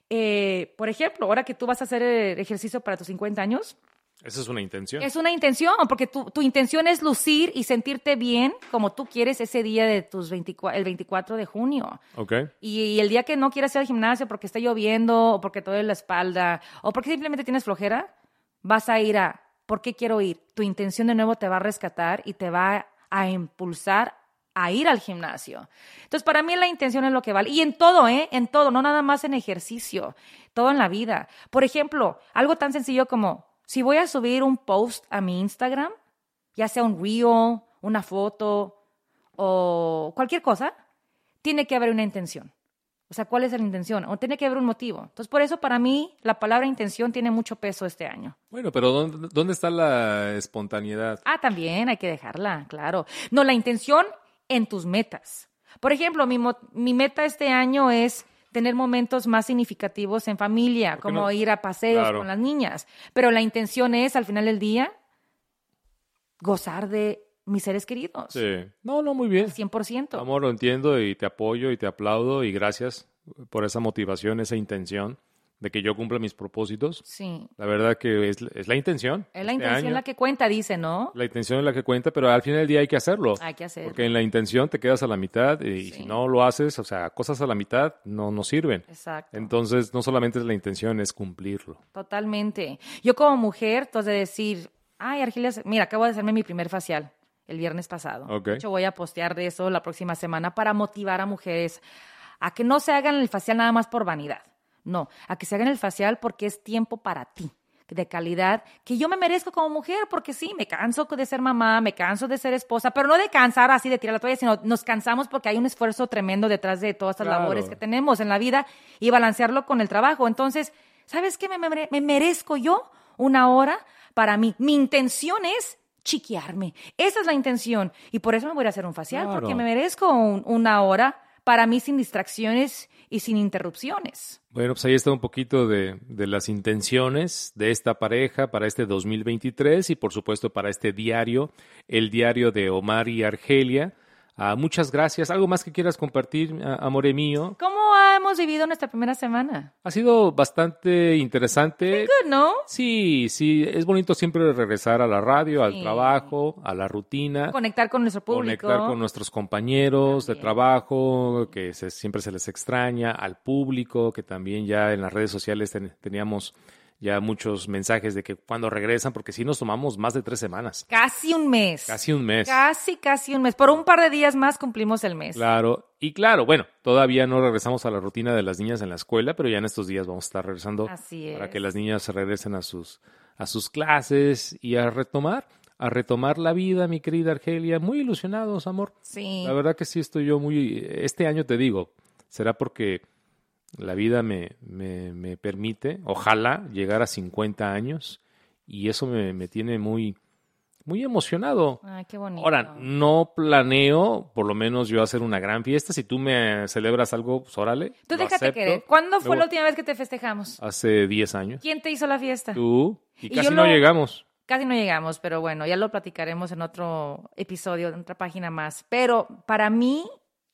S2: Eh, por ejemplo, ahora que tú vas a hacer eh, ejercicio para tus 50 años,
S1: Esa es una intención.
S2: es una intención, porque tu, tu intención es lucir y sentirte bien como tú quieres ese día de tus 24, el 24 de junio.
S1: Ok.
S2: Y, y el día que no quieras ir al gimnasio porque está lloviendo o porque te duele la espalda o porque simplemente tienes flojera, vas a ir a ¿por qué quiero ir? Tu intención de nuevo te va a rescatar y te va a impulsar a ir al gimnasio. Entonces, para mí la intención es lo que vale. Y en todo, ¿eh? En todo, no nada más en ejercicio, todo en la vida. Por ejemplo, algo tan sencillo como, si voy a subir un post a mi Instagram, ya sea un reel, una foto o cualquier cosa, tiene que haber una intención. O sea, ¿cuál es la intención? O tiene que haber un motivo. Entonces, por eso para mí la palabra intención tiene mucho peso este año.
S1: Bueno, pero ¿dónde, dónde está la espontaneidad?
S2: Ah, también hay que dejarla, claro. No, la intención en tus metas. Por ejemplo, mi, mo- mi meta este año es tener momentos más significativos en familia,
S1: ¿Por qué
S2: como
S1: no?
S2: ir a paseos
S1: Claro.
S2: con las niñas. Pero la intención es, al final del día, gozar de mis seres queridos.
S1: Sí. No, no, muy bien.
S2: 100%.
S1: Amor, lo entiendo y te apoyo y te aplaudo y gracias por esa motivación, esa intención de que yo cumpla mis propósitos.
S2: Sí.
S1: La verdad que es, es la intención.
S2: Es la
S1: este
S2: intención
S1: año.
S2: la que cuenta, dice, ¿no?
S1: La intención es la que cuenta, pero al final del día hay que hacerlo.
S2: Hay que hacerlo.
S1: Porque en la intención te quedas a la mitad y
S2: Sí.
S1: si no lo haces, o sea, cosas a la mitad no nos sirven.
S2: Exacto.
S1: Entonces, no solamente es la intención, es cumplirlo.
S2: Totalmente. Yo como mujer, entonces de decir, ay, Argelia, mira, acabo de hacerme mi primer facial el viernes pasado.
S1: Ok.
S2: De hecho, voy a postear de eso la próxima semana para motivar a mujeres a que no se hagan el facial nada más por vanidad. No, a que se hagan el facial porque es tiempo para ti de calidad que yo me merezco como mujer porque sí, me canso de ser mamá, me canso de ser esposa, pero no de cansar así de tirar la toalla, sino nos cansamos porque hay un esfuerzo tremendo detrás de todas estas
S1: Claro.
S2: labores que tenemos en la vida y balancearlo con el trabajo. Entonces, ¿sabes qué? Me, me- me merezco yo una hora para mí. Mi intención es chiquearme. Esa es la intención. Y por eso me voy a ir a hacer un facial,
S1: Claro.
S2: porque me merezco un- una hora para mí sin distracciones y sin interrupciones.
S1: Bueno, pues ahí está un poquito de, de las intenciones de esta pareja para este 2023 y por supuesto para este diario, el diario de Omar y Argelia. Ah, muchas gracias. ¿Algo más que quieras compartir, ah, amore mío?
S2: ¿Cómo hemos vivido nuestra primera semana?
S1: Ha sido bastante interesante.
S2: Good, ¿no?
S1: Sí, sí, es bonito siempre regresar a la radio, al
S2: Sí.
S1: trabajo, a la rutina.
S2: Conectar con nuestro público.
S1: conectar con nuestros compañeros de
S2: También.
S1: trabajo, que se- siempre se les extraña, al público, que también ya en las redes sociales ten- teníamos ya muchos mensajes de que cuando regresan, porque sí nos tomamos más de tres semanas,
S2: Casi un mes.
S1: casi un mes.
S2: Casi, casi un mes. Por un par de días más cumplimos el mes.
S1: Claro, y claro, bueno, todavía no regresamos a la rutina de las niñas en la escuela, pero ya en estos días vamos a estar regresando
S2: Así es.
S1: para que las niñas se regresen a sus, a sus clases y a retomar, a retomar la vida, mi querida Argelia. Muy ilusionados, amor.
S2: Sí.
S1: La verdad que sí estoy yo muy... Este año te digo, será porque la vida me, me, me permite, ojalá, llegar a 50 años y eso me, me tiene muy, muy emocionado.
S2: Ay, qué bonito.
S1: Ahora, no planeo, por lo menos yo hacer una gran fiesta. Si tú me celebras algo, pues órale.
S2: Tú
S1: lo
S2: déjate
S1: acepto.
S2: querer. ¿Cuándo fue
S1: Luego-
S2: la última vez que te festejamos?
S1: Hace 10 años.
S2: ¿Quién te hizo la fiesta?
S1: Tú. Y
S2: Y
S1: casi
S2: yo
S1: no
S2: lo-
S1: llegamos.
S2: Casi no llegamos, pero bueno, ya lo platicaremos en otro episodio, en otra página más. Pero para mí,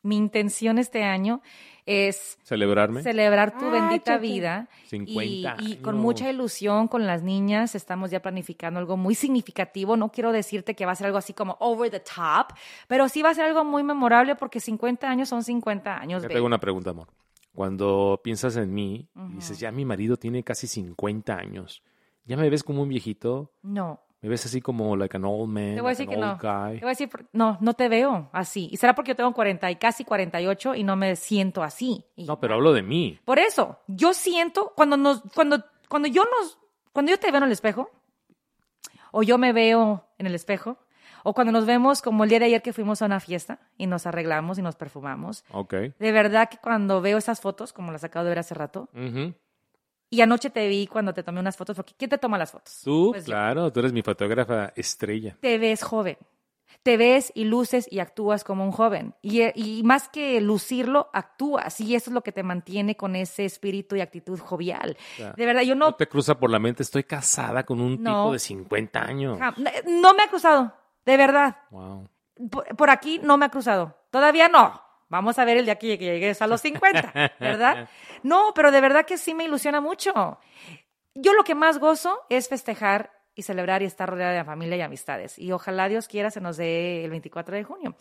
S2: mi intención este año es
S1: Celebrarme.
S2: celebrar tu
S1: Ay,
S2: bendita
S1: chacha.
S2: vida.
S1: 50
S2: y, y con
S1: años.
S2: mucha ilusión con las niñas estamos ya planificando algo muy significativo. No quiero decirte que va a ser algo así como over the top, pero sí va a ser algo muy memorable porque 50 años son 50 años.
S1: Yo
S2: babe.
S1: tengo una pregunta, amor. Cuando piensas en mí,
S2: Ujú.
S1: dices, ya mi marido tiene casi 50 años. Ya me ves como un viejito,
S2: No,
S1: me ves así como like an old man,
S2: Te voy a
S1: like
S2: decir que
S1: an
S2: no.
S1: old guy.
S2: Te voy a decir, por- no, no te veo así. Y será porque yo tengo 40 y casi 48 y no me siento así. Y-
S1: No, pero hablo de mí.
S2: Por eso, yo siento, cuando nos, cuando, cuando yo nos, cuando yo te veo en el espejo, o yo me veo en el espejo, o cuando nos vemos como el día de ayer que fuimos a una fiesta y nos arreglamos y nos perfumamos,
S1: Ok.
S2: de verdad que cuando veo esas fotos, como las acabo de ver hace rato,
S1: Ujú.
S2: Pues y anoche te vi cuando te tomé unas fotos, porque ¿quién te toma las fotos?
S1: Tú,
S2: Pues yo.
S1: claro, tú eres mi fotógrafa estrella.
S2: te ves joven. Te ves y luces y actúas como un joven. Y, eh, y más que lucirlo, actúas. Y eso es lo que te mantiene con ese espíritu y actitud jovial.
S1: Claro.
S2: De verdad, yo
S1: No.
S2: no,
S1: te cruza por la mente, estoy casada con un
S2: No.
S1: tipo de 50 años.
S2: jam- no me ha cruzado. De verdad.
S1: Wow.
S2: Por, por aquí no me ha cruzado. Todavía no. Vamos a ver el de aquí que llegues a los 50, ¿verdad? No, pero de verdad que sí me ilusiona mucho. Yo lo que más gozo es festejar y celebrar y estar rodeada de familia y amistades. Y ojalá Dios quiera se nos dé el 24 de junio.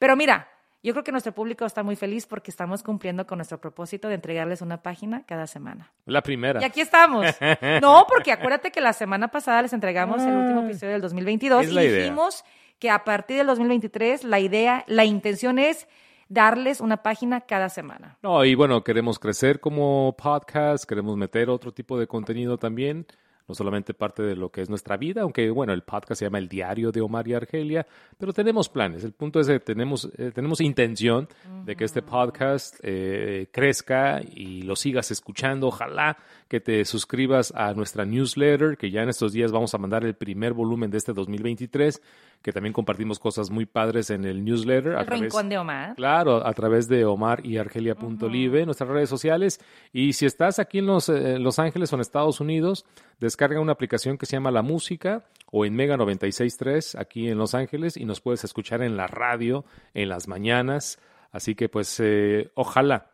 S2: Pero mira, yo creo que nuestro público está muy feliz porque estamos cumpliendo con nuestro propósito de entregarles una página cada semana.
S1: La primera.
S2: Y aquí estamos. No, porque acuérdate que la semana pasada les entregamos el último episodio del 2022
S1: Ah. Es
S2: y
S1: la idea.
S2: dijimos que a partir del 2023 la idea, la intención es darles una página cada semana.
S1: No, y bueno, queremos crecer como podcast, queremos meter otro tipo de contenido también, no solamente parte de lo que es nuestra vida, aunque bueno, el podcast se llama El Diario de Omar y Argelia, pero tenemos planes. El punto es que tenemos, eh, tenemos intención de que este podcast eh, crezca y lo sigas escuchando. Ojalá que te suscribas a nuestra newsletter, que ya en estos días vamos a mandar el primer volumen de este 2023, que también compartimos cosas muy padres en el newsletter. a
S2: El
S1: través-
S2: rincón de Omar.
S1: Claro, a través de Omar y Argelia.live, nuestras redes sociales. Y si estás aquí en Los, eh, Los Ángeles o en Estados Unidos, descarga una aplicación que se llama La Música o en Mega 96.3 aquí en Los Ángeles y nos puedes escuchar en la radio, en las mañanas. Así que pues eh, ojalá.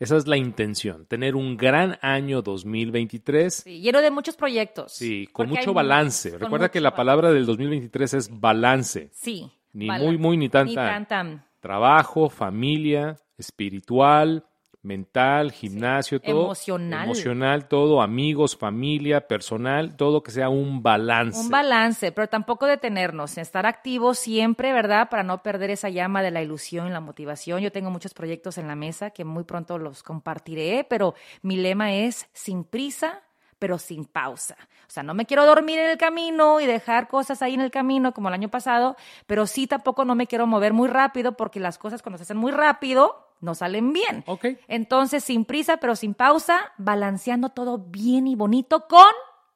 S1: Esa es la intención, tener un gran año 2023.
S2: Sí, lleno de muchos proyectos.
S1: Sí, con
S2: Porque
S1: mucho
S2: hay
S1: balance.
S2: muchos, con
S1: Recuerda que
S2: mucho
S1: la
S2: ba-
S1: palabra del 2023 es balance.
S2: Sí.
S1: Ni
S2: bala-
S1: muy, muy, ni tan,
S2: Ni
S1: tan.
S2: tan, tan.
S1: Trabajo, familia, espiritual, mental, gimnasio, todo.
S2: Emocional.
S1: Emocional, todo. Amigos, familia, personal, todo que sea un balance.
S2: Un balance, pero tampoco detenernos, estar activos siempre, ¿verdad? Para no perder esa llama de la ilusión y la motivación. Yo tengo muchos proyectos en la mesa que muy pronto los compartiré, pero mi lema es sin prisa, pero sin pausa. O sea, no me quiero dormir en el camino y dejar cosas ahí en el camino como el año pasado, pero sí tampoco no me quiero mover muy rápido porque las cosas cuando se hacen muy rápido no salen bien.
S1: Ok.
S2: Entonces, sin prisa, pero sin pausa, balanceando todo bien y bonito con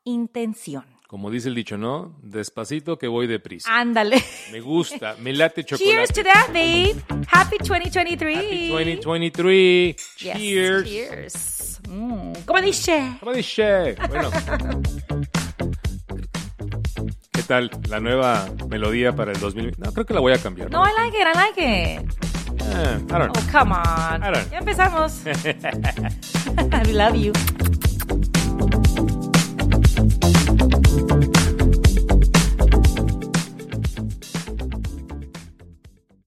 S2: intención.
S1: Como dice el dicho, ¿no? Despacito que voy deprisa.
S2: Ándale.
S1: Me gusta, me late chocolate.
S2: Ah. Cheers to that, babe. Happy 2023.
S1: Happy 2023.
S2: Yes,
S1: Cheers.
S2: cheers. Mm, ¿Cómo dice?
S1: ¿Cómo dice? Bueno. ¿Qué tal la nueva melodía para el 2000? No, creo que la voy a cambiar.
S2: No, I like it, I like it.
S1: Ah, I don't know.
S2: Oh, come on.
S1: I don't-
S2: Ya empezamos. I love you.